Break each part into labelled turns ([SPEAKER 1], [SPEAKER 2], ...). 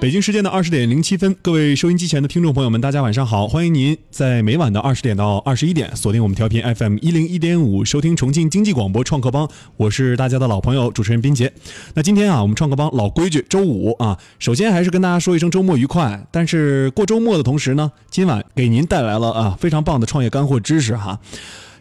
[SPEAKER 1] 北京时间的二十点零七分，各位收音机前的听众朋友们，大家晚上好！欢迎您在每晚的二十点到二十一点锁定我们调频 FM 一零一点五，收听重庆经济广播创客帮，我是大家的老朋友主持人斌杰。那今天啊，我们创客帮老规矩，周五啊，首先还是跟大家说一声周末愉快。但是过周末的同时呢，今晚给您带来了啊非常棒的创业干货知识哈。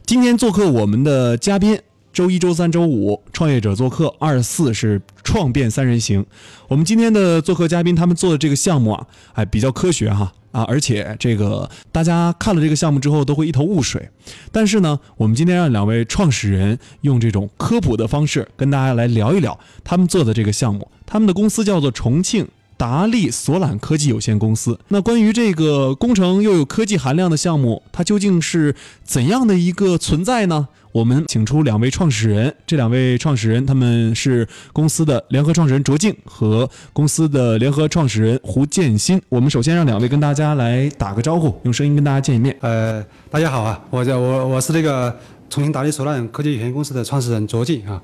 [SPEAKER 1] 今天做客我们的嘉宾，周一、周三、周五创业者做客，二四是创变三人行。我们今天的做客嘉宾，他们做的这个项目啊，哎，比较科学哈啊，而且这个大家看了这个项目之后都会一头雾水。但是呢，我们今天让两位创始人用这种科普的方式跟大家来聊一聊他们做的这个项目。他们的公司叫做重庆达利索朗科技有限公司。那关于这个工程又有科技含量的项目，它究竟是怎样的一个存在呢？我们请出两位创始人，这两位创始人他们是公司的联合创始人卓静和公司的联合创始人胡建新。我们首先让两位跟大家来打个招呼，用声音跟大家见一面。
[SPEAKER 2] 呃，大家好啊，我叫我我是这个重庆达利索朗科技有限公司的创始人卓进啊。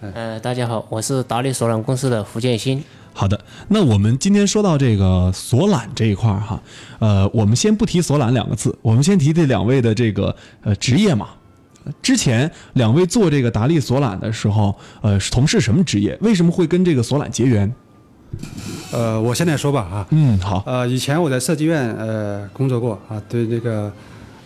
[SPEAKER 3] 呃，大家好，我是达利索朗公司的胡建新。
[SPEAKER 1] 好的，那我们今天说到这个索朗这一块儿哈，呃，我们先不提索朗两个字，我们先提这两位的这个呃职业嘛。之前两位做这个达利索朗的时候，呃，是从事什么职业？为什么会跟这个索朗结缘？
[SPEAKER 2] 呃，我先来说吧啊。
[SPEAKER 1] 嗯，好，
[SPEAKER 2] 呃，以前我在设计院呃工作过啊，对那个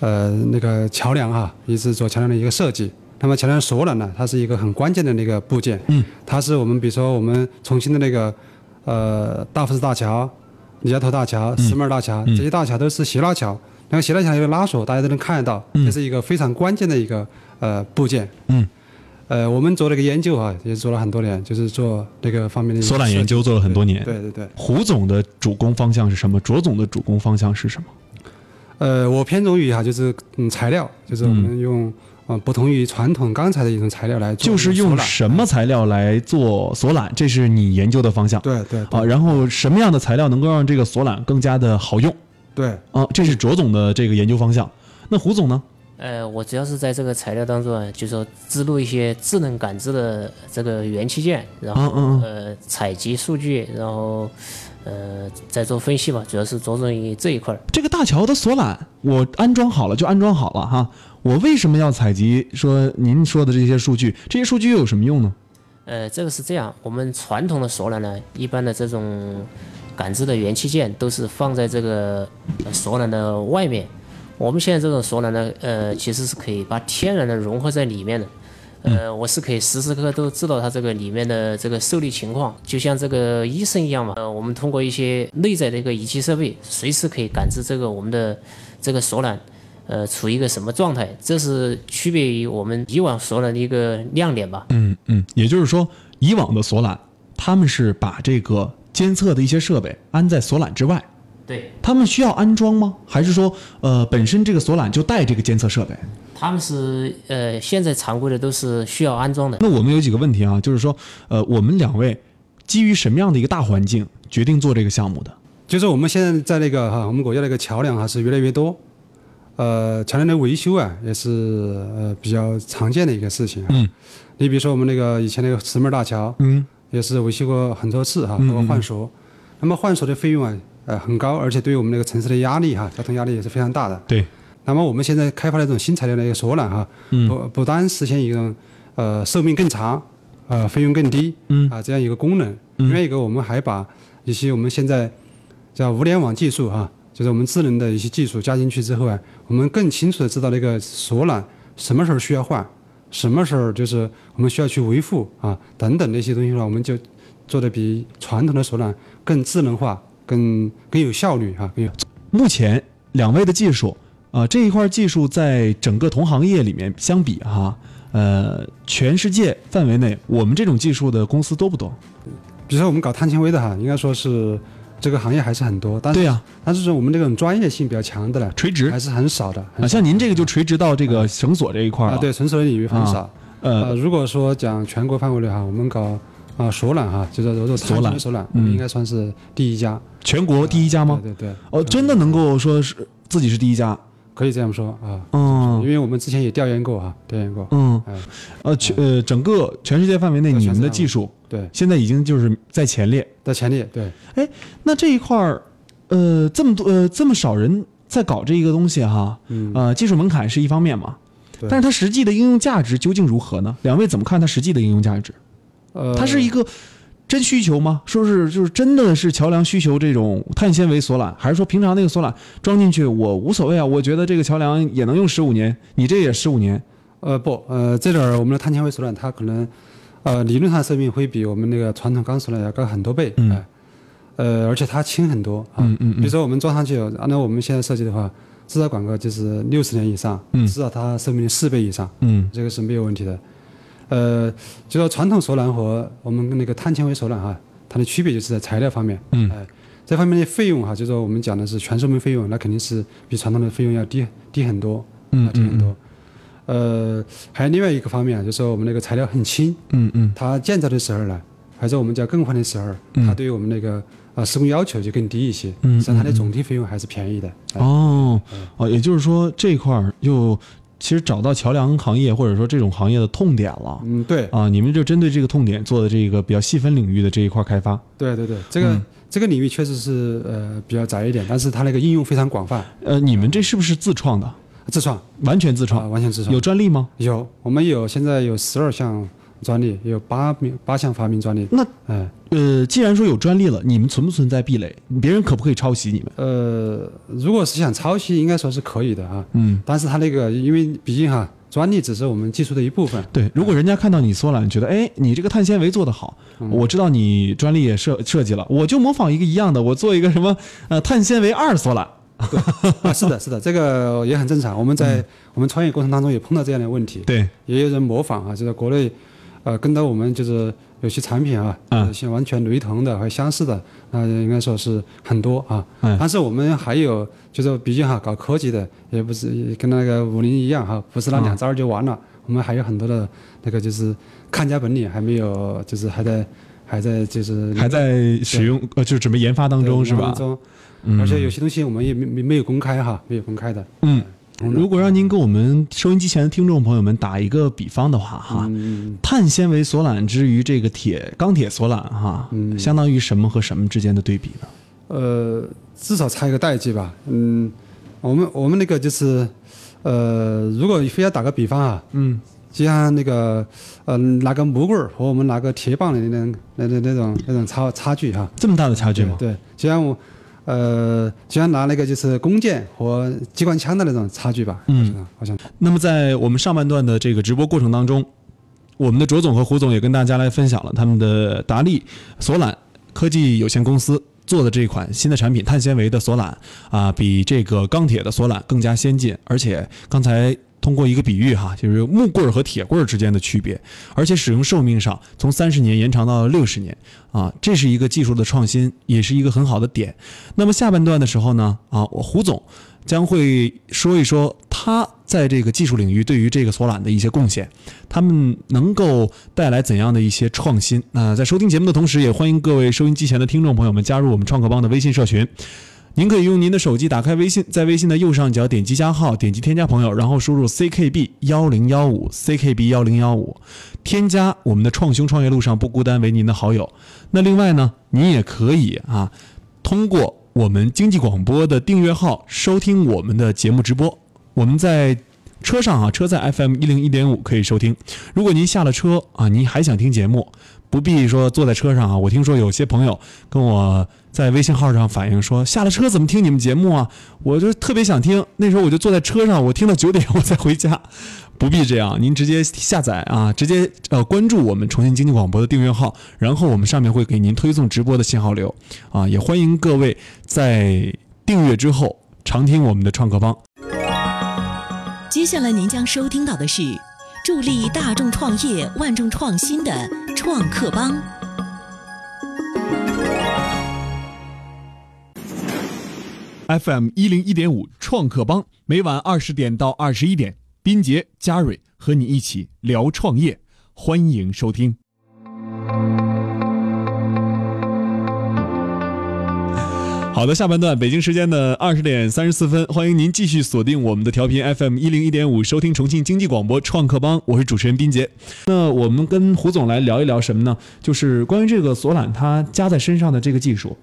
[SPEAKER 2] 呃那个桥梁哈、也是做桥梁的一个设计。那么桥梁索朗呢，它是一个很关键的那个部件，嗯，它是我们比如说我们重庆的那个呃大佛寺大桥、李家头大桥、石门大桥、
[SPEAKER 1] 嗯
[SPEAKER 2] 这些大桥都是斜拉桥，那个斜拉桥有个拉锁，大家都能看得到，这是一个非常关键的一个呃部件，
[SPEAKER 1] 嗯，
[SPEAKER 2] 呃，我们做了一个研究啊，也做了很多年，就是做这个方面的一个
[SPEAKER 1] 索朗研
[SPEAKER 2] 设计，
[SPEAKER 1] 究做了很多年。
[SPEAKER 2] 呃对对对。
[SPEAKER 1] 胡总的主攻方向是什么？卓总的主攻方向是什么？
[SPEAKER 2] 呃，我偏重于哈，就是嗯材料，就是我们用呃不同于传统钢材的一种材料来做，
[SPEAKER 1] 就是用
[SPEAKER 2] 手
[SPEAKER 1] 什么材料来做索朗？这是你研究的方向。
[SPEAKER 2] 对对
[SPEAKER 1] 啊，
[SPEAKER 2] 对
[SPEAKER 1] 然后什么样的材料能够让这个索朗更加的好用？
[SPEAKER 2] 对，
[SPEAKER 1] 啊，这是卓总的这个研究方向。那胡总呢？
[SPEAKER 3] 呃，我主要是在这个材料当中啊，就说植入一些智能感知的这个元器件，然后、
[SPEAKER 1] 嗯嗯
[SPEAKER 3] 呃采集数据，然后呃再做分析吧，主要是着重于这一块儿。
[SPEAKER 1] 这个大桥的索缆我安装好了就安装好了哈，我为什么要采集说您说的这些数据？这些数据又有什么用呢？
[SPEAKER 3] 呃，这个是这样，我们传统的索缆呢，一般的这种感知的元器件都是放在这个呃索缆的外面。我们现在这种索缆呢，呃，其实是可以把天然的融合在里面的。呃，我是可以时时刻刻都知道它这个里面的这个受力情况，就像这个医生一样嘛。呃，我们通过一些内在的一个仪器设备，随时可以感知这个我们的这个索缆，呃，处于一个什么状态，这是区别于我们以往索缆的一个亮点吧。
[SPEAKER 1] 嗯嗯，也就是说，以往的索缆他们是把这个监测的一些设备安在索缆之外，
[SPEAKER 3] 对，
[SPEAKER 1] 他们需要安装吗？还是说，呃，本身这个索缆就带这个监测设备？
[SPEAKER 3] 他们是呃，现在常规的都是需要安装的。
[SPEAKER 1] 那我们有几个问题啊，就是说，呃，我们两位基于什么样的一个大环境决定做这个项目的？
[SPEAKER 2] 就是我们现在在那个哈，我们国家那个桥梁还是越来越多，呃，桥梁的维修啊也是呃比较常见的一个事情、啊。嗯，你比如说我们那个以前那个石门大桥，
[SPEAKER 1] 嗯，
[SPEAKER 2] 也是维修过很多次哈、包括换锁。那么换锁的费用啊，呃很高，而且对于我们那个城市的压力哈、交通压力也是非常大的。
[SPEAKER 1] 对，
[SPEAKER 2] 那么我们现在开发的这种新材料的一个索缆哈，不不单实现一种呃寿命更长，呃费用更低，嗯啊这样一个功能。另外一个，我们还把一些我们现在叫物联网技术哈、就是我们智能的一些技术加进去之后啊，我们更清楚的知道那个索缆什么时候需要换，什么时候就是我们需要去维护啊等等的一些东西的话，我们就做的比传统的索缆更智能化、更更有效率啊，更有
[SPEAKER 1] 目前两位的技术，啊，这一块技术在整个同行业里面相比哈、呃，全世界范围内，我们这种技术的公司多不多？
[SPEAKER 2] 比如说我们搞碳纤维的哈，应该说是这个行业还是很多，但是
[SPEAKER 1] 对呀、
[SPEAKER 2] 但是说我们这种专业性比较强的呢，
[SPEAKER 1] 垂直
[SPEAKER 2] 还是很少的。
[SPEAKER 1] 啊，
[SPEAKER 2] 很少
[SPEAKER 1] 像您这个就垂直到这个绳索这一块儿
[SPEAKER 2] 啊，
[SPEAKER 1] 了。
[SPEAKER 2] 对，成熟的领域很少。
[SPEAKER 1] 呃，
[SPEAKER 2] 呃，如果说讲全国范围内哈，我们搞啊索缆哈，就是柔做
[SPEAKER 1] 索
[SPEAKER 2] 索
[SPEAKER 1] 缆
[SPEAKER 2] 缆索缆，我们应该算是第一家。
[SPEAKER 1] 全国第一家吗？
[SPEAKER 2] 对对对，
[SPEAKER 1] 哦，真的能够说是自己是第一家？
[SPEAKER 2] 可以这样说啊，
[SPEAKER 1] 嗯
[SPEAKER 2] 因为我们之前也调研过哈，调研过。
[SPEAKER 1] 嗯
[SPEAKER 2] 哎，
[SPEAKER 1] 呃，全呃整个全世界范围内，
[SPEAKER 2] 对
[SPEAKER 1] 你
[SPEAKER 2] 全
[SPEAKER 1] 们
[SPEAKER 2] 世界
[SPEAKER 1] 的
[SPEAKER 2] 范
[SPEAKER 1] 技术
[SPEAKER 2] 对，
[SPEAKER 1] 现在已经就是在前列。
[SPEAKER 2] 在前列，对，
[SPEAKER 1] 那这一块儿，呃，这么多呃这么少人在搞这一个东西哈，
[SPEAKER 2] 嗯
[SPEAKER 1] 呃，技术门槛是一方面嘛，
[SPEAKER 2] 对
[SPEAKER 1] 但是它实际的应用价值究竟如何呢？两位怎么看它实际的应用价值？
[SPEAKER 2] 呃，
[SPEAKER 1] 它是一个真需求吗？说是就是真的是桥梁需求这种碳纤维索缆，还是说平常那个索缆装进去我无所谓啊？我觉得这个桥梁也能用十五年，你这也十五年，
[SPEAKER 2] 呃不，呃这点儿我们的碳纤维手缆它可能，呃理论上寿命会比我们那个传统钢索缆要高很多倍，
[SPEAKER 1] 嗯
[SPEAKER 2] 哎呃而且它轻很多啊，
[SPEAKER 1] 嗯嗯
[SPEAKER 2] 比如说我们装上去，按照我们现在设计的话，至少广告就是六十年以上，
[SPEAKER 1] 嗯
[SPEAKER 2] 至少它寿命的四倍以上，
[SPEAKER 1] 嗯
[SPEAKER 2] 这个是没有问题的。呃，就说传统索缆和我们那个碳纤维索缆哈，它的区别就是在材料方面，
[SPEAKER 1] 嗯
[SPEAKER 2] 哎这方面的费用哈，就说我们讲的是全寿命费用，那肯定是比传统的费用要低低很多，
[SPEAKER 1] 嗯
[SPEAKER 2] 啊低很多。呃，还有另外一个方面啊，就是说我们那个材料很轻，
[SPEAKER 1] 嗯嗯
[SPEAKER 2] 它建造的时候呢，还是我们叫更换的时候，
[SPEAKER 1] 嗯
[SPEAKER 2] 它对于我们那个呃施工要求就更低一些，
[SPEAKER 1] 嗯
[SPEAKER 2] 所以它
[SPEAKER 1] 嗯
[SPEAKER 2] 的
[SPEAKER 1] 嗯
[SPEAKER 2] 总体费用还是便宜的。哎
[SPEAKER 1] 哦哦，也就是说这一块儿又其实找到桥梁行业或者说这种行业的痛点了。
[SPEAKER 2] 嗯，对，
[SPEAKER 1] 啊，你们就针对这个痛点做的这个比较细分领域的这一块开发，
[SPEAKER 2] 对对对，这个、
[SPEAKER 1] 嗯
[SPEAKER 2] 这个领域确实是呃比较窄一点，但是它那个应用非常广泛，
[SPEAKER 1] 呃，你们这是不是自创的？
[SPEAKER 2] 自创
[SPEAKER 1] 完全自创，
[SPEAKER 2] 啊，完全自创。
[SPEAKER 1] 有专利吗？
[SPEAKER 2] 有，我们有现在有十二项专利，有八名八项发明专利。
[SPEAKER 1] 那
[SPEAKER 2] 哎
[SPEAKER 1] 呃，既然说有专利了，你们存不存在壁垒？别人可不可以抄袭你们？
[SPEAKER 2] 呃，如果是想抄袭，应该说是可以的啊。
[SPEAKER 1] 嗯，
[SPEAKER 2] 但是它那个，因为毕竟哈，专利只是我们技术的一 部分。
[SPEAKER 1] 对，如果人家看到你缩懒，觉得哎，你这个碳纤维做得好，我知道你专利也设设计了，我就模仿一个一样的，我做一个什么呃碳纤维二缩懒。
[SPEAKER 2] 啊，是的，是的，这个也很正常。我们
[SPEAKER 1] 嗯
[SPEAKER 2] 在我们创业过程当中也碰到这样的问题，
[SPEAKER 1] 对，
[SPEAKER 2] 也有人模仿啊，就是国内，呃，跟到我们就是有些产品啊，
[SPEAKER 1] 嗯
[SPEAKER 2] 有些完全雷同的和相似的，那、应该说是很多啊。
[SPEAKER 1] 嗯
[SPEAKER 2] 但是我们还有就是毕竟哈，搞科技的也不是也跟那个五菱一样哈，不是那两招儿就完了，
[SPEAKER 1] 嗯
[SPEAKER 2] 我们还有很多的那个就是看家本领还没有，就是还在还在就是
[SPEAKER 1] 还在使用呃，就是准备研发当中是吧？
[SPEAKER 2] 中，
[SPEAKER 1] 嗯
[SPEAKER 2] 而且有些东西我们也没没没有公开哈，没有公开的。
[SPEAKER 1] 嗯，如果让您给我们收音机前的听众朋友们打一个比方的话，哈，
[SPEAKER 2] 嗯，
[SPEAKER 1] 碳纤维索缆之于这个铁钢铁索缆，哈，
[SPEAKER 2] 嗯
[SPEAKER 1] 相当于什么和什么之间的对比呢？
[SPEAKER 2] 呃，至少差一个代际吧。嗯，我们我们那个就是，呃，如果非要打个比方啊，
[SPEAKER 1] 嗯，
[SPEAKER 2] 就像那个，呃，拿个木棍儿和我们拿个铁棒的那种那那那种那种差差距哈、
[SPEAKER 1] 这么大的差距吗？
[SPEAKER 2] 对，就像我，呃，就像拿那个就是弓箭和机关枪的那种差距吧。
[SPEAKER 1] 嗯
[SPEAKER 2] 好像，好像，
[SPEAKER 1] 那么在我们上半段的这个直播过程当中，我们的卓总和胡总也跟大家来分享了他们的达利索缆科技有限公司。做的这款新的产品碳纤维的索缆啊，比这个钢铁的索缆更加先进，而且刚才通过一个比喻哈，就是木棍儿和铁棍儿之间的区别，而且使用寿命上从三十年延长到了六十年啊，这是一个技术的创新，也是一个很好的点。那么下半段的时候呢，啊，我胡总将会说一说他在这个技术领域对于这个索缆的一些贡献，他们能够带来怎样的一些创新？那、在收听节目的同时，也欢迎各位收音机前的听众朋友们加入我们创客帮的微信社群。您可以用您的手机打开微信，在微信的右上角点击加号，点击添加朋友，然后输入 ckb 幺零幺五 ckb 幺零幺五，添加我们的“创兄创业路上不孤单”为您的好友。那另外呢，您也可以啊，通过我们经济广播的订阅号收听我们的节目直播。我们在车上啊，车载 FM 一零一点五可以收听。如果您下了车啊，您还想听节目，不必说坐在车上啊。我听说有些朋友跟我在微信号上反映说，下了车怎么听你们节目啊？我就特别想听，那时候我就坐在车上，我听到九点我再回家。 不必这样，您直接下载啊，直接呃关注我们重庆经济广播的订阅号，然后我们上面会给您推送直播的信号流啊，也欢迎各位在订阅之后常听我们的创客帮。
[SPEAKER 4] 接下来您将收听到的是助力大众创业、万众创新的创客帮。
[SPEAKER 1] FM 一零一点五创客帮，每晚二十点到二十一点，斌杰、嘉蕊和你一起聊创业，欢迎收听。好的，下半段北京时间的二十点三十四分，欢迎您继续锁定我们的调频 FM 一零一点五，收听重庆经济广播创客帮，我是主持人斌杰。那我们跟胡总来聊一聊什么呢？就是关于这个索朗它加在身上的这个技术。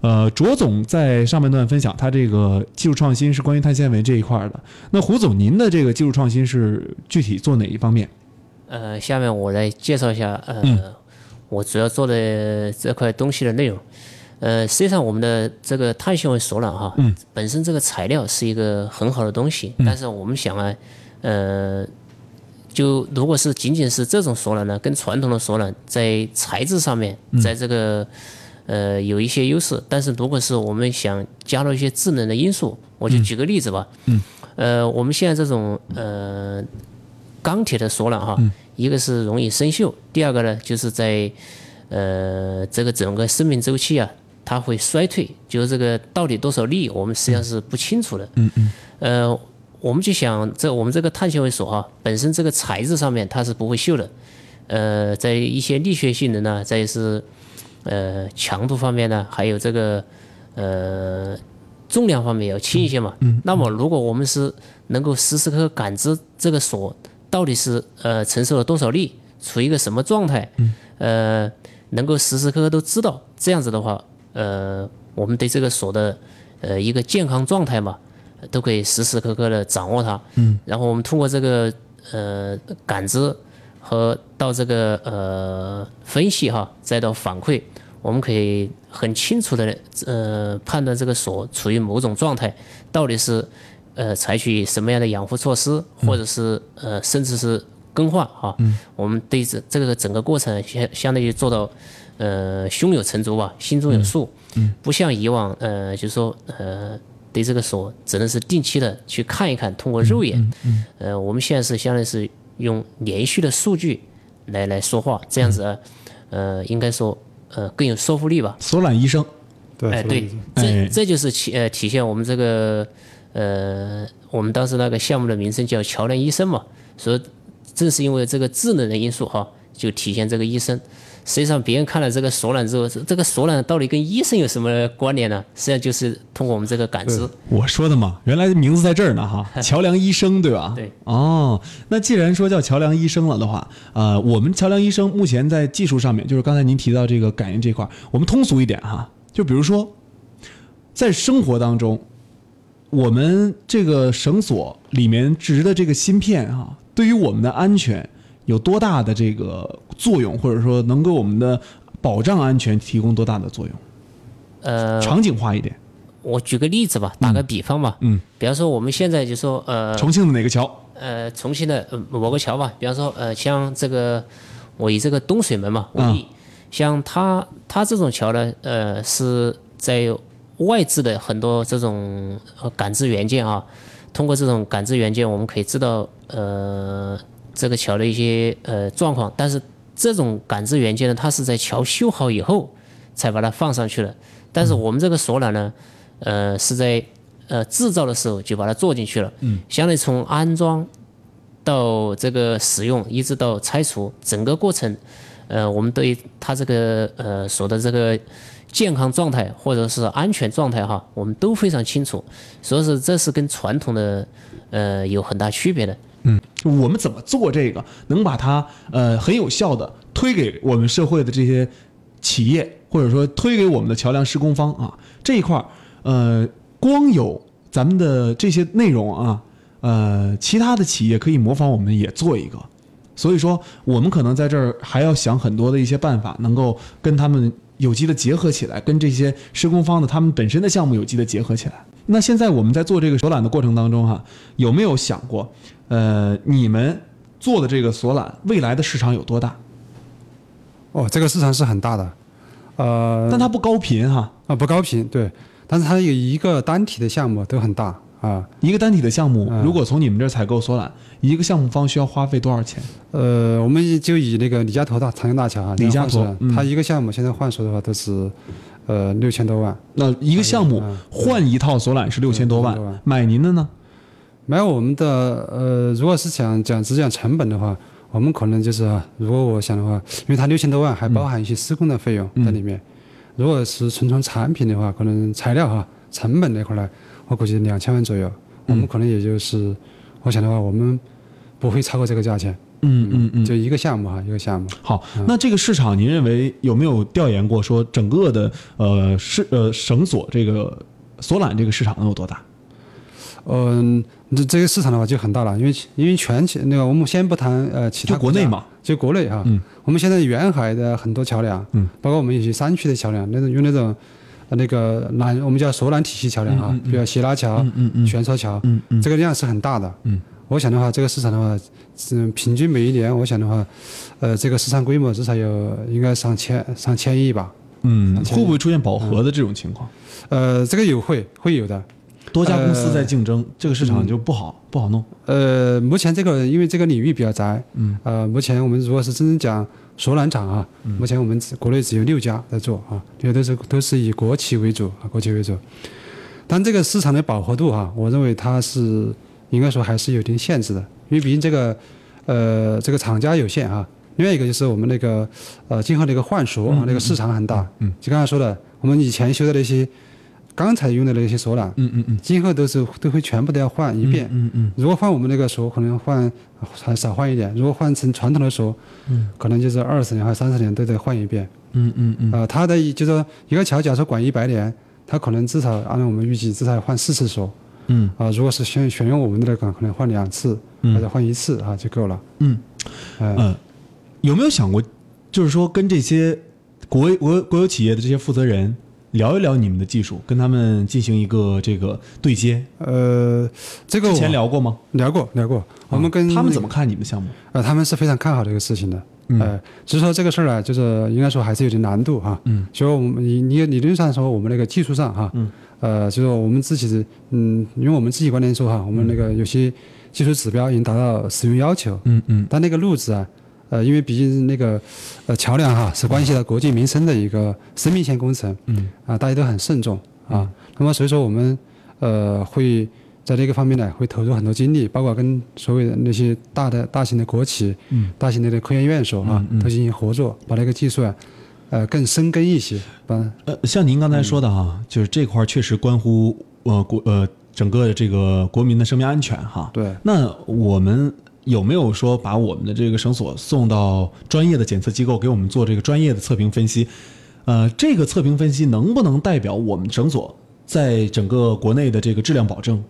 [SPEAKER 1] 呃，卓总在上半段分享他这个技术创新是关于碳纤维这一块的。那胡总，您的这个技术创新是具体做哪一方面？
[SPEAKER 3] 呃，下面我来介绍一下，呃，
[SPEAKER 1] 嗯
[SPEAKER 3] 我主要做的这块东西的内容。呃，实际上我们的这个碳纤维索缆哈，
[SPEAKER 1] 嗯
[SPEAKER 3] 本身这个材料是一个很好的东西，但是我们想啊，呃，就如果是仅仅是这种索缆呢，跟传统的索缆在材质上面，
[SPEAKER 1] 嗯
[SPEAKER 3] 在这个、呃有一些优势，但是如果是我们想加入一些智能的因素，我就举个例子吧，嗯，呃，我们现在这种呃钢铁的索缆哈，一个是容易生锈，第二个呢就是在呃这个整个生命周期啊，它会衰退，就是这个到底多少力，我们实际上是不清楚的。嗯嗯。呃，我们就想这我们这个碳纤维索哈，本身这个材质上面它是不会锈的，呃，在一些力学性能呢，再是呃强度方面呢，还有这个呃重量方面也要轻一些嘛。嗯。那么如果我们是能够时时刻刻感知这个锁到底是呃承受了多少力，处于一个什么状态，呃，能够时时刻刻都知道，这样子的话，呃，我们对这个锁的呃一个健康状态嘛，都可以时时刻刻的掌握它。嗯。然后我们通过这个呃感知和到这个呃分析哈，再到反馈，我们可以很清楚的呃判断这个锁处于某种状态，到底是呃采取什么样的养护措施，或者是呃甚至是更换哈。我们对这这个整个过程相相当于做到呃胸有成竹吧，心中有数。不像以往呃就是说呃。对这个锁只能是定期的去看一看，通过肉眼，呃，我们现在是相当于是用连续的数据来来说话，这样子啊，呃，应该说呃更有说服力吧。
[SPEAKER 1] 索朗医生，
[SPEAKER 2] 对，
[SPEAKER 3] 哎，
[SPEAKER 2] 所以
[SPEAKER 3] 对，
[SPEAKER 1] 哎
[SPEAKER 3] 这这就是体呃体现我们这个呃我们当时那个项目的名称叫“桥梁医生”嘛，所以正是因为这个智能的因素哈、就体现这个医生。实际上，别人看了这个索缆之后，这这个索缆到底跟医生有什么关联呢？实际上就是通过我们这个感知，
[SPEAKER 1] 我说的嘛，原来名字在这儿呢 哈，桥梁医生对吧？
[SPEAKER 3] 对。
[SPEAKER 1] 哦，那既然说叫桥梁医生了的话，呃，我们桥梁医生目前在技术上面，就是刚才您提到这个感应这块儿，我们通俗一点哈，就比如说，在生活当中，我们这个绳索里面植的这个芯片哈、对于我们的安全有多大的这个作用，或者说能给我们的保障安全提供多大的作用？
[SPEAKER 3] 呃，
[SPEAKER 1] 场景化一点，
[SPEAKER 3] 我举个例子吧，打个比方吧，
[SPEAKER 1] 嗯，
[SPEAKER 3] 比方说我们现在就说呃
[SPEAKER 1] 重庆的哪个桥？
[SPEAKER 3] 呃重庆的呃某个桥吧，比方说呃像这个我以这个东水门嘛为
[SPEAKER 1] 嗯
[SPEAKER 3] 例，像它它这种桥呢，呃是在外置的很多这种呃感知元件啊，通过这种感知元件，我们可以知道呃这个桥的一些呃状况，但是这种感知元件呢，它是在桥修好以后才把它放上去的，但是我们这个索缆呢，呃是在呃制造的时候就把它做进去了，嗯，相当于从安装到这个使用，一直到拆除，整个过程，呃，我们对它这个呃所的这个健康状态或者是安全状态哈，我们都非常清楚，所以说这是跟传统的呃有很大区别的。
[SPEAKER 1] 就我们怎么做这个，能把它呃很有效的推给我们社会的这些企业，或者说推给我们的桥梁施工方啊这一块儿，呃，光有咱们的这些内容啊，呃，其他的企业可以模仿我们也做一个，所以说我们可能在这儿还要想很多的一些办法，能够跟他们有机的结合起来，跟这些施工方的他们本身的项目有机的结合起来。那现在我们在做这个索缆的过程当中哈、有没有想过，呃，你们做的这个索缆未来的市场有多大？
[SPEAKER 2] 哦，这个市场是很大的，呃，
[SPEAKER 1] 但它不高频哈、
[SPEAKER 2] 啊不高频，对，但是它有一个单体的项目都很大啊，
[SPEAKER 1] 一个单体的项目，如果从你们这儿采购索缆，一个项目方需要花费多少钱？
[SPEAKER 2] 呃，我们就以那个李家头大长江大桥啊，
[SPEAKER 1] 李家
[SPEAKER 2] 那个换
[SPEAKER 1] 头
[SPEAKER 2] 算
[SPEAKER 1] 嗯
[SPEAKER 2] 它一个项目现在换算的话都是呃六千多万，
[SPEAKER 1] 那一个项目
[SPEAKER 2] 嗯
[SPEAKER 1] 换一套索缆是六千多
[SPEAKER 2] 嗯嗯
[SPEAKER 1] 万，买您的呢？
[SPEAKER 2] 买我们的呃，如果是想讲只讲成本的话，我啊
[SPEAKER 1] 嗯
[SPEAKER 2] 们可能就是，如果我想的话，因为它六千多万还包含一些施工的费用在里面，如果是纯从产品的话，可能材料哈成本那块儿呢，我估计两千万左右，
[SPEAKER 1] 嗯
[SPEAKER 2] 我们可能也就是，我想的话，我们不会超过这个价钱，
[SPEAKER 1] 嗯嗯嗯。
[SPEAKER 2] 就一个项目哈，一个项目。
[SPEAKER 1] 好，那这个市场您认为有没有调研过说整个的呃市呃绳索这个索缆这个市场能有多大？
[SPEAKER 2] 嗯，这这个市场的话就很大了，因为因为全球那个我们先不谈呃其他
[SPEAKER 1] 就国
[SPEAKER 2] 家
[SPEAKER 1] 内嘛，
[SPEAKER 2] 就国内哈，
[SPEAKER 1] 嗯
[SPEAKER 2] 我们现在沿海的很多桥梁，
[SPEAKER 1] 嗯，
[SPEAKER 2] 包括我们有些山区的桥梁，那种用那种呃那个缆，我们叫索缆体系桥梁啊，比如斜拉桥、
[SPEAKER 1] 嗯嗯嗯
[SPEAKER 2] 悬索桥，
[SPEAKER 1] 嗯嗯
[SPEAKER 2] 这个量是很大的，
[SPEAKER 1] 嗯，
[SPEAKER 2] 我想的话，这个市场的话，嗯，平均每一年，我想的话，呃，这个市场规模至少有应该上千上千亿吧，
[SPEAKER 1] 嗯，会不会出现饱和的这种情况？
[SPEAKER 2] 呃，这个有会会有的，
[SPEAKER 1] 多家公司在竞争，这个市场就不好不好弄。
[SPEAKER 2] 呃，目前这个因为这个领域比较窄，
[SPEAKER 1] 嗯，
[SPEAKER 2] 呃，目前我们如果是真正讲索缆厂啊，目前我们只国内只有六家在做啊，这些都是都是以国企为主啊，国企为主。但这个市场的饱和度哈、啊我认为它是应该说还是有一定限制的，因为毕竟这个呃这个厂家有限啊。另外一个就是我们那个呃今后那个换锁啊，那个市场很大，
[SPEAKER 1] 嗯，
[SPEAKER 2] 就刚才说的，我们以前修的那些刚才用的那些索缆，
[SPEAKER 1] 嗯嗯嗯，
[SPEAKER 2] 今后都是都会全部都要换一遍，
[SPEAKER 1] 嗯嗯
[SPEAKER 2] 如果换我们那个锁，可能换还少换一点；如果换成传统的锁，
[SPEAKER 1] 嗯，
[SPEAKER 2] 可能就是二十年还三十年都得换一遍。
[SPEAKER 1] 嗯嗯嗯
[SPEAKER 2] 啊、它的就是说一个桥，假如说管一百年，它可能至少按照我们预计，至少要换四次锁。
[SPEAKER 1] 嗯
[SPEAKER 2] 啊、如果是选选用我们的那个，可能换两次或者换一次啊就够了。
[SPEAKER 1] 嗯
[SPEAKER 2] 嗯、
[SPEAKER 1] 嗯，有没有想过，就是说跟这些国国国有企业的这些负责人聊一聊你们的技术，跟他们进行一个这个对接？
[SPEAKER 2] 呃，这个
[SPEAKER 1] 之
[SPEAKER 2] 我
[SPEAKER 1] 前聊过吗？
[SPEAKER 2] 聊过聊过，我们跟、
[SPEAKER 1] 他们怎么？看你们的项目？
[SPEAKER 2] 呃，他们是非常看好这个事情的。
[SPEAKER 1] 嗯
[SPEAKER 2] 呃，只是说这个事儿啊，就是应该说还是有点难度哈、
[SPEAKER 1] 嗯，
[SPEAKER 2] 所以我们理理理论上说，我们那个技术上哈、
[SPEAKER 1] 嗯，
[SPEAKER 2] 呃，就是我们自己的，嗯，用我们自己观点说哈、我们那个有些技术指标已经达到使用要求，
[SPEAKER 1] 嗯嗯
[SPEAKER 2] 但那个路子啊，呃，因为毕竟那个呃桥梁哈、是关系到国计民生的一个生命线工程，
[SPEAKER 1] 嗯
[SPEAKER 2] 啊，大家都很慎重啊。那么所以说我们呃会在这个方面呢，会投入很多精力，包括跟所谓的那些大的大型的国企、
[SPEAKER 1] 嗯
[SPEAKER 2] 大型的那科研院所啊，
[SPEAKER 1] 嗯嗯
[SPEAKER 2] 都进行合作，把这个技术啊，呃更深耕一些，把
[SPEAKER 1] 呃，像您刚才说的
[SPEAKER 2] 嗯
[SPEAKER 1] 哈，就是这块儿确实关乎呃国呃整个这个国民的生命安全哈。
[SPEAKER 2] 对。
[SPEAKER 1] 那我们有没有说把我们的这个绳索送到专业的检测机构给我们做这个专业的测评分析？呃，这个测评分析能不能代表我们绳索在整个国内的这个质量保证？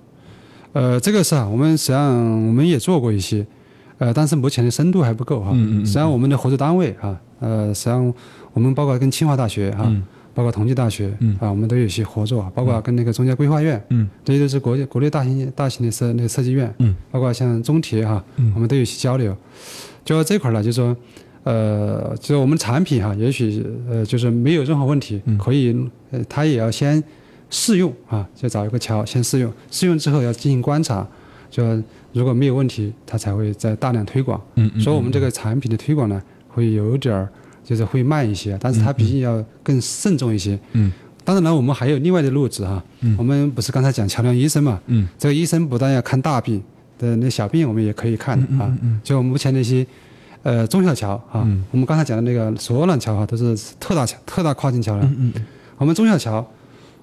[SPEAKER 2] 呃，这个是啊，我们实际上我们也做过一些，呃，但是目前的深度还不够哈。
[SPEAKER 1] 嗯嗯嗯
[SPEAKER 2] 实际上我们的合作单位啊，呃，实际上我们包括跟清华大学哈、啊，包括同济大学，
[SPEAKER 1] 嗯
[SPEAKER 2] 啊，我们都有一些合作，包括跟那个中央规划院，
[SPEAKER 1] 嗯，
[SPEAKER 2] 这些都是国际国内大型大型的设那个设计院，
[SPEAKER 1] 嗯，
[SPEAKER 2] 包括像中铁哈、
[SPEAKER 1] 嗯
[SPEAKER 2] 我们都有一些交流。就这块儿呢，就说。呃，就是我们产品哈、也许呃，就是没有任何问题，
[SPEAKER 1] 嗯
[SPEAKER 2] 可以，呃，它也要先试用啊，就找一个桥先试用，试用之后要进行观察，就如果没有问题，它才会再大量推广。
[SPEAKER 1] 嗯
[SPEAKER 2] 所以我们这个产品的推广呢，会有点儿就是会慢一些，但是它毕竟要更慎重一些。
[SPEAKER 1] 嗯
[SPEAKER 2] 当然了，我们还有另外的路子哈，我们不是刚才讲桥梁医生嘛，
[SPEAKER 1] 嗯
[SPEAKER 2] 这个医生不但要看大病的那小病，我们也可以看
[SPEAKER 1] 嗯
[SPEAKER 2] 的啊。就我们目前那些呃中小桥啊，
[SPEAKER 1] 嗯
[SPEAKER 2] 我们刚才讲的那个索缆桥啊，都是特大桥、特大跨境桥梁。
[SPEAKER 1] 嗯
[SPEAKER 2] 我们中小桥，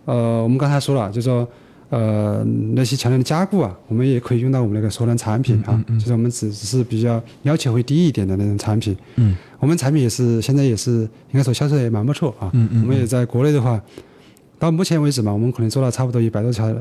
[SPEAKER 2] 呃，我们刚才说了，就说呃那些桥梁的加固啊，我们也可以用到我们那个索缆产品
[SPEAKER 1] 嗯
[SPEAKER 2] 啊，就是我们只只是比较要求会低一点的那种产品。
[SPEAKER 1] 嗯
[SPEAKER 2] 我们产品也是现在也是应该说销售也蛮不错啊。
[SPEAKER 1] 嗯嗯
[SPEAKER 2] 我们也在国内的话，到目前为止嘛，我们可能做了差不多一百多桥，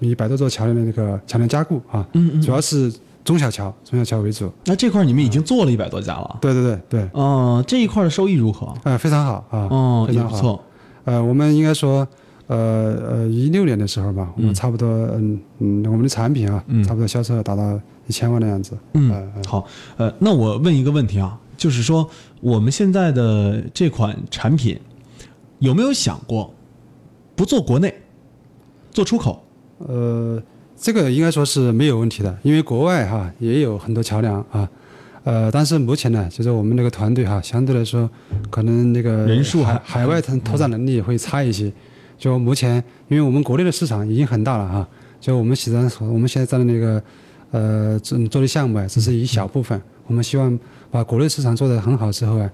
[SPEAKER 2] 一百多座桥梁的那个桥梁加固啊，
[SPEAKER 1] 嗯嗯。
[SPEAKER 2] 主要是中小桥、中小桥为主。
[SPEAKER 1] 那这块儿你们已经做了一百多家了，
[SPEAKER 2] 对对对对，
[SPEAKER 1] 嗯、这一块儿的收益如何？
[SPEAKER 2] 呃，非常好啊，
[SPEAKER 1] 嗯，
[SPEAKER 2] 非
[SPEAKER 1] 也
[SPEAKER 2] 常
[SPEAKER 1] 不
[SPEAKER 2] 好。
[SPEAKER 1] 错。
[SPEAKER 2] 呃，我们应该说，呃呃，一六年的时候吧，我们差不多，嗯嗯，我们的产品啊，
[SPEAKER 1] 嗯
[SPEAKER 2] 差不多销售额达到一千万的样子。呃
[SPEAKER 1] 嗯，好，呃，那我问一个问题啊，就是说我们现在的这款产品有没有想过不做国内，做出口？
[SPEAKER 2] 呃，这个应该说是没有问题的，因为国外哈、也有很多桥梁啊，呃，但是目前呢，就是我们那个团队哈、相对来说可能那个
[SPEAKER 1] 人数还
[SPEAKER 2] 海海外拓拓展能力也会差一些。就目前，因为我们国内的市场已经很大了哈、就我们实际上所我们现在在的那个呃做做的项目啊，只是一小部分，我们希望
[SPEAKER 1] 嗯
[SPEAKER 2] 把国内市场做得很好之后啊，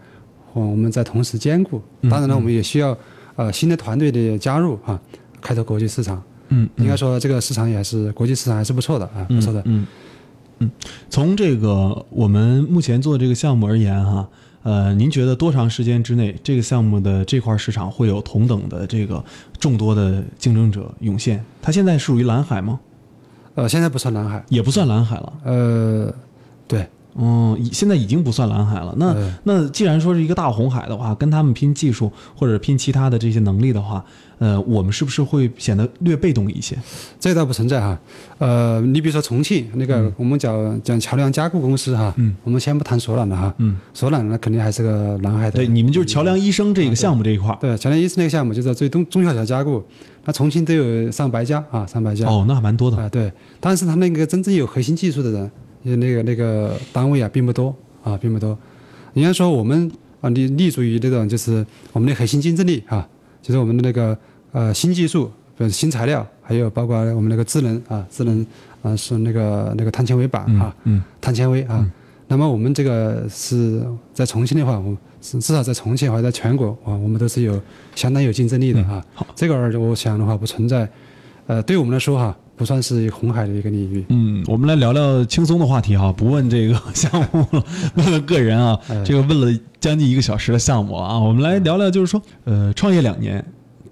[SPEAKER 2] 我我们再同时兼顾。当然了，我们也需要呃新的团队的加入啊，开拓国际市场。
[SPEAKER 1] 嗯，
[SPEAKER 2] 应该说这个市场也是国际市场还是不错的啊，不错的。
[SPEAKER 1] 嗯嗯，从这个我们目前做这个项目而言哈，呃，您觉得多长时间之内这个项目的这块市场会有同等的这个众多的竞争者涌现？它现在属于蓝海吗？
[SPEAKER 2] 呃，现在不算蓝海，
[SPEAKER 1] 也不算蓝海了。
[SPEAKER 2] 呃，对，
[SPEAKER 1] 嗯，已现在已经不算蓝海了。那、
[SPEAKER 2] 嗯
[SPEAKER 1] 那既然说是一个大红海的话，跟他们拼技术或者拼其他的这些能力的话，呃，我们是不是会显得略被动一些？
[SPEAKER 2] 这倒不存在哈。呃，你比如说重庆那个，我们讲讲桥梁加固公司哈，
[SPEAKER 1] 嗯，
[SPEAKER 2] 我们先不谈索朗了哈，
[SPEAKER 1] 嗯，
[SPEAKER 2] 索朗呢肯定还是个蓝海的。
[SPEAKER 1] 对，你们就是桥梁医生这个项目这一块儿。
[SPEAKER 2] 对桥梁一是那个项目，就是最中中小桥加固，那重庆都有上百家啊，上百家。
[SPEAKER 1] 哦，那还蛮多的。
[SPEAKER 2] 啊，对，但是他那个真正有核心技术的人，也那个那个单位啊，并不多啊，并不多。应该说我们啊，立立足于这种就是我们的核心竞争力啊，就是我们的那个呃新技术、呃新材料，还有包括我们那个智能啊，智能啊是那个那个碳纤维板啊，
[SPEAKER 1] 嗯
[SPEAKER 2] 碳纤维啊。那么我们这个是在重庆的话，我是至少在重庆或者在全国啊，我们都是有相当有竞争力的啊。
[SPEAKER 1] 嗯好
[SPEAKER 2] 这个我想的话不存在，呃，对我们来说哈，不算是一个红海的一个领域。
[SPEAKER 1] 嗯，我们来聊聊轻松的话题哈，不问这个 项目了，问问个人啊，这个问了将近一个小时的项目啊，我们来聊聊，就是说，呃，创业两年，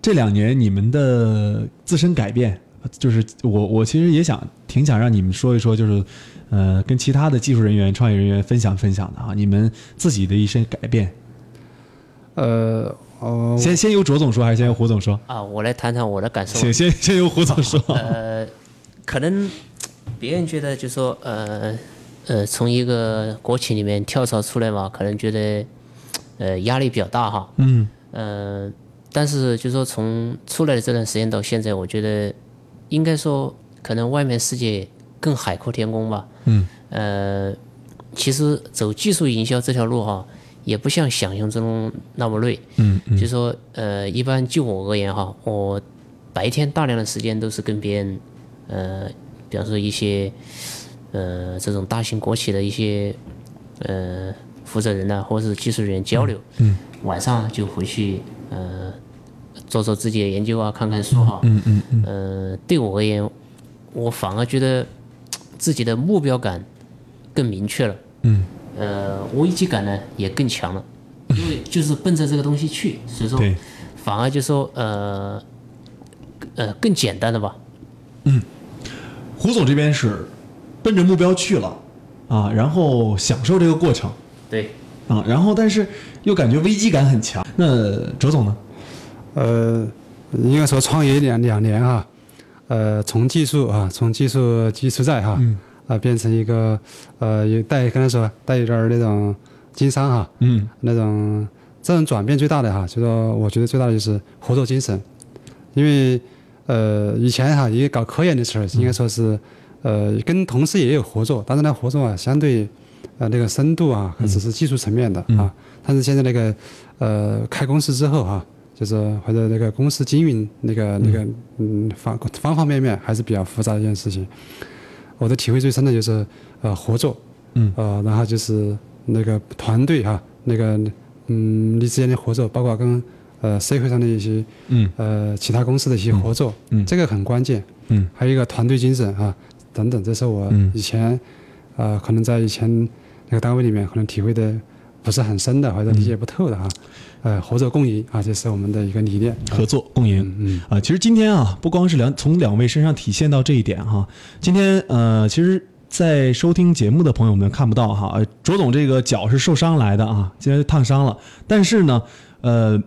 [SPEAKER 1] 这两年你们的自身改变，就是我我其实也想挺想让你们说一说，就是呃，跟其他的技术人员、创业人员分享分享的啊，你们自己的一身改变。
[SPEAKER 2] 呃，哦、
[SPEAKER 1] 先先由卓总说，还是先由胡总说？
[SPEAKER 3] 啊，我来谈谈我的感受。
[SPEAKER 1] 请先先由胡总说。
[SPEAKER 3] 呃，可能别人觉得就说呃呃，从一个国企里面跳槽出来嘛，可能觉得呃压力比较大哈。
[SPEAKER 1] 嗯
[SPEAKER 3] 呃，但是就说从出来的这段时间到现在，我觉得应该说可能外面世界更海阔天空吧。
[SPEAKER 1] 嗯。
[SPEAKER 3] 呃，其实走技术营销这条路哈，也不像想象中那么累。
[SPEAKER 1] 嗯嗯
[SPEAKER 3] 就说呃，一般就我而言哈，我白天大量的时间都是跟别人，呃，比方说一些呃这种大型国企的一些呃负责人呐、或者是技术人员交流。嗯。晚上就回去呃做做自己的研究啊，看看书哈。嗯嗯嗯。呃，对我而言，我反而觉得自己的目标感更明确了。
[SPEAKER 1] 嗯。
[SPEAKER 3] 呃，危机感呢也更强了，因为就是奔着这个东西去，所以说
[SPEAKER 1] 对
[SPEAKER 3] 反而就说呃呃更简单的吧。
[SPEAKER 1] 胡总这边是奔着目标去了啊，然后享受这个过程
[SPEAKER 3] 对，
[SPEAKER 1] 啊，然后但是又感觉危机感很强。那卓总呢？
[SPEAKER 2] 呃，应该说创业两两年哈，呃，从技术啊，从技术基础在哈，
[SPEAKER 1] 嗯
[SPEAKER 2] 啊、变成一个呃，有带刚才说带一点儿那种经商哈，
[SPEAKER 1] 嗯
[SPEAKER 2] 那种这种转变最大的哈，就说我觉得最大的就是合作精神，因为呃以前哈也搞科研的时候，应该说是呃跟同事也有合作，但是呢合作啊相对呃那个深度啊只是技术层面的啊，但是现在那个呃开公司之后哈、就是或者那个公司经营那个那个嗯方方方面面还是比较复杂的一件事情。我的体会最深的就是呃合作，
[SPEAKER 1] 嗯
[SPEAKER 2] 呃，然后就是那个团队哈、那个嗯，你之间的合作，包括跟呃社会上的一些
[SPEAKER 1] 嗯
[SPEAKER 2] 呃其他公司的一些合作，
[SPEAKER 1] 嗯
[SPEAKER 2] 这个很关键。
[SPEAKER 1] 嗯
[SPEAKER 2] 还有一个团队精神啊，等等，这是我
[SPEAKER 1] 嗯
[SPEAKER 2] 以前啊、呃可能在以前那个单位里面可能体会的不是很深的，或者理
[SPEAKER 1] 嗯
[SPEAKER 2] 解不透的啊。呃，合作共赢啊，这是我们的一个理念。啊
[SPEAKER 1] 合作共赢。
[SPEAKER 2] 嗯
[SPEAKER 1] 啊，其实今天啊，不光是两从两位身上体现到这一点哈。今天呃，其实，在收听节目的朋友们看不到哈，呃卓总这个脚是受伤来的啊，今天烫伤了，但是呢，呃，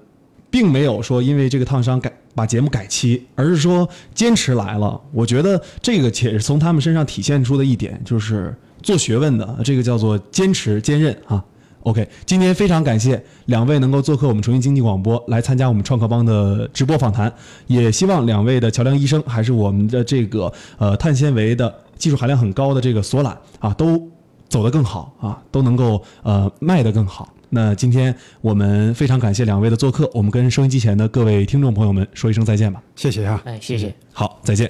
[SPEAKER 1] 并没有说因为这个烫伤改把节目改期，而是说坚持来了。我觉得这个且是从他们身上体现出的一点，就是做学问的这个叫做坚持坚韧啊。OK，今天非常感谢两位能够做客我们重庆经济广播，来参加我们创客帮的直播访谈。也希望两位的桥梁医生，还是我们的这个呃碳纤维的技术含量很高的这个索懒啊，都走得更好啊，都能够呃卖得更好。那今天我们非常感谢两位的做客，我们跟收音机前的各位听众朋友们说一声再见吧。
[SPEAKER 2] 谢谢啊。
[SPEAKER 3] 哎，谢谢。
[SPEAKER 1] 好，再见。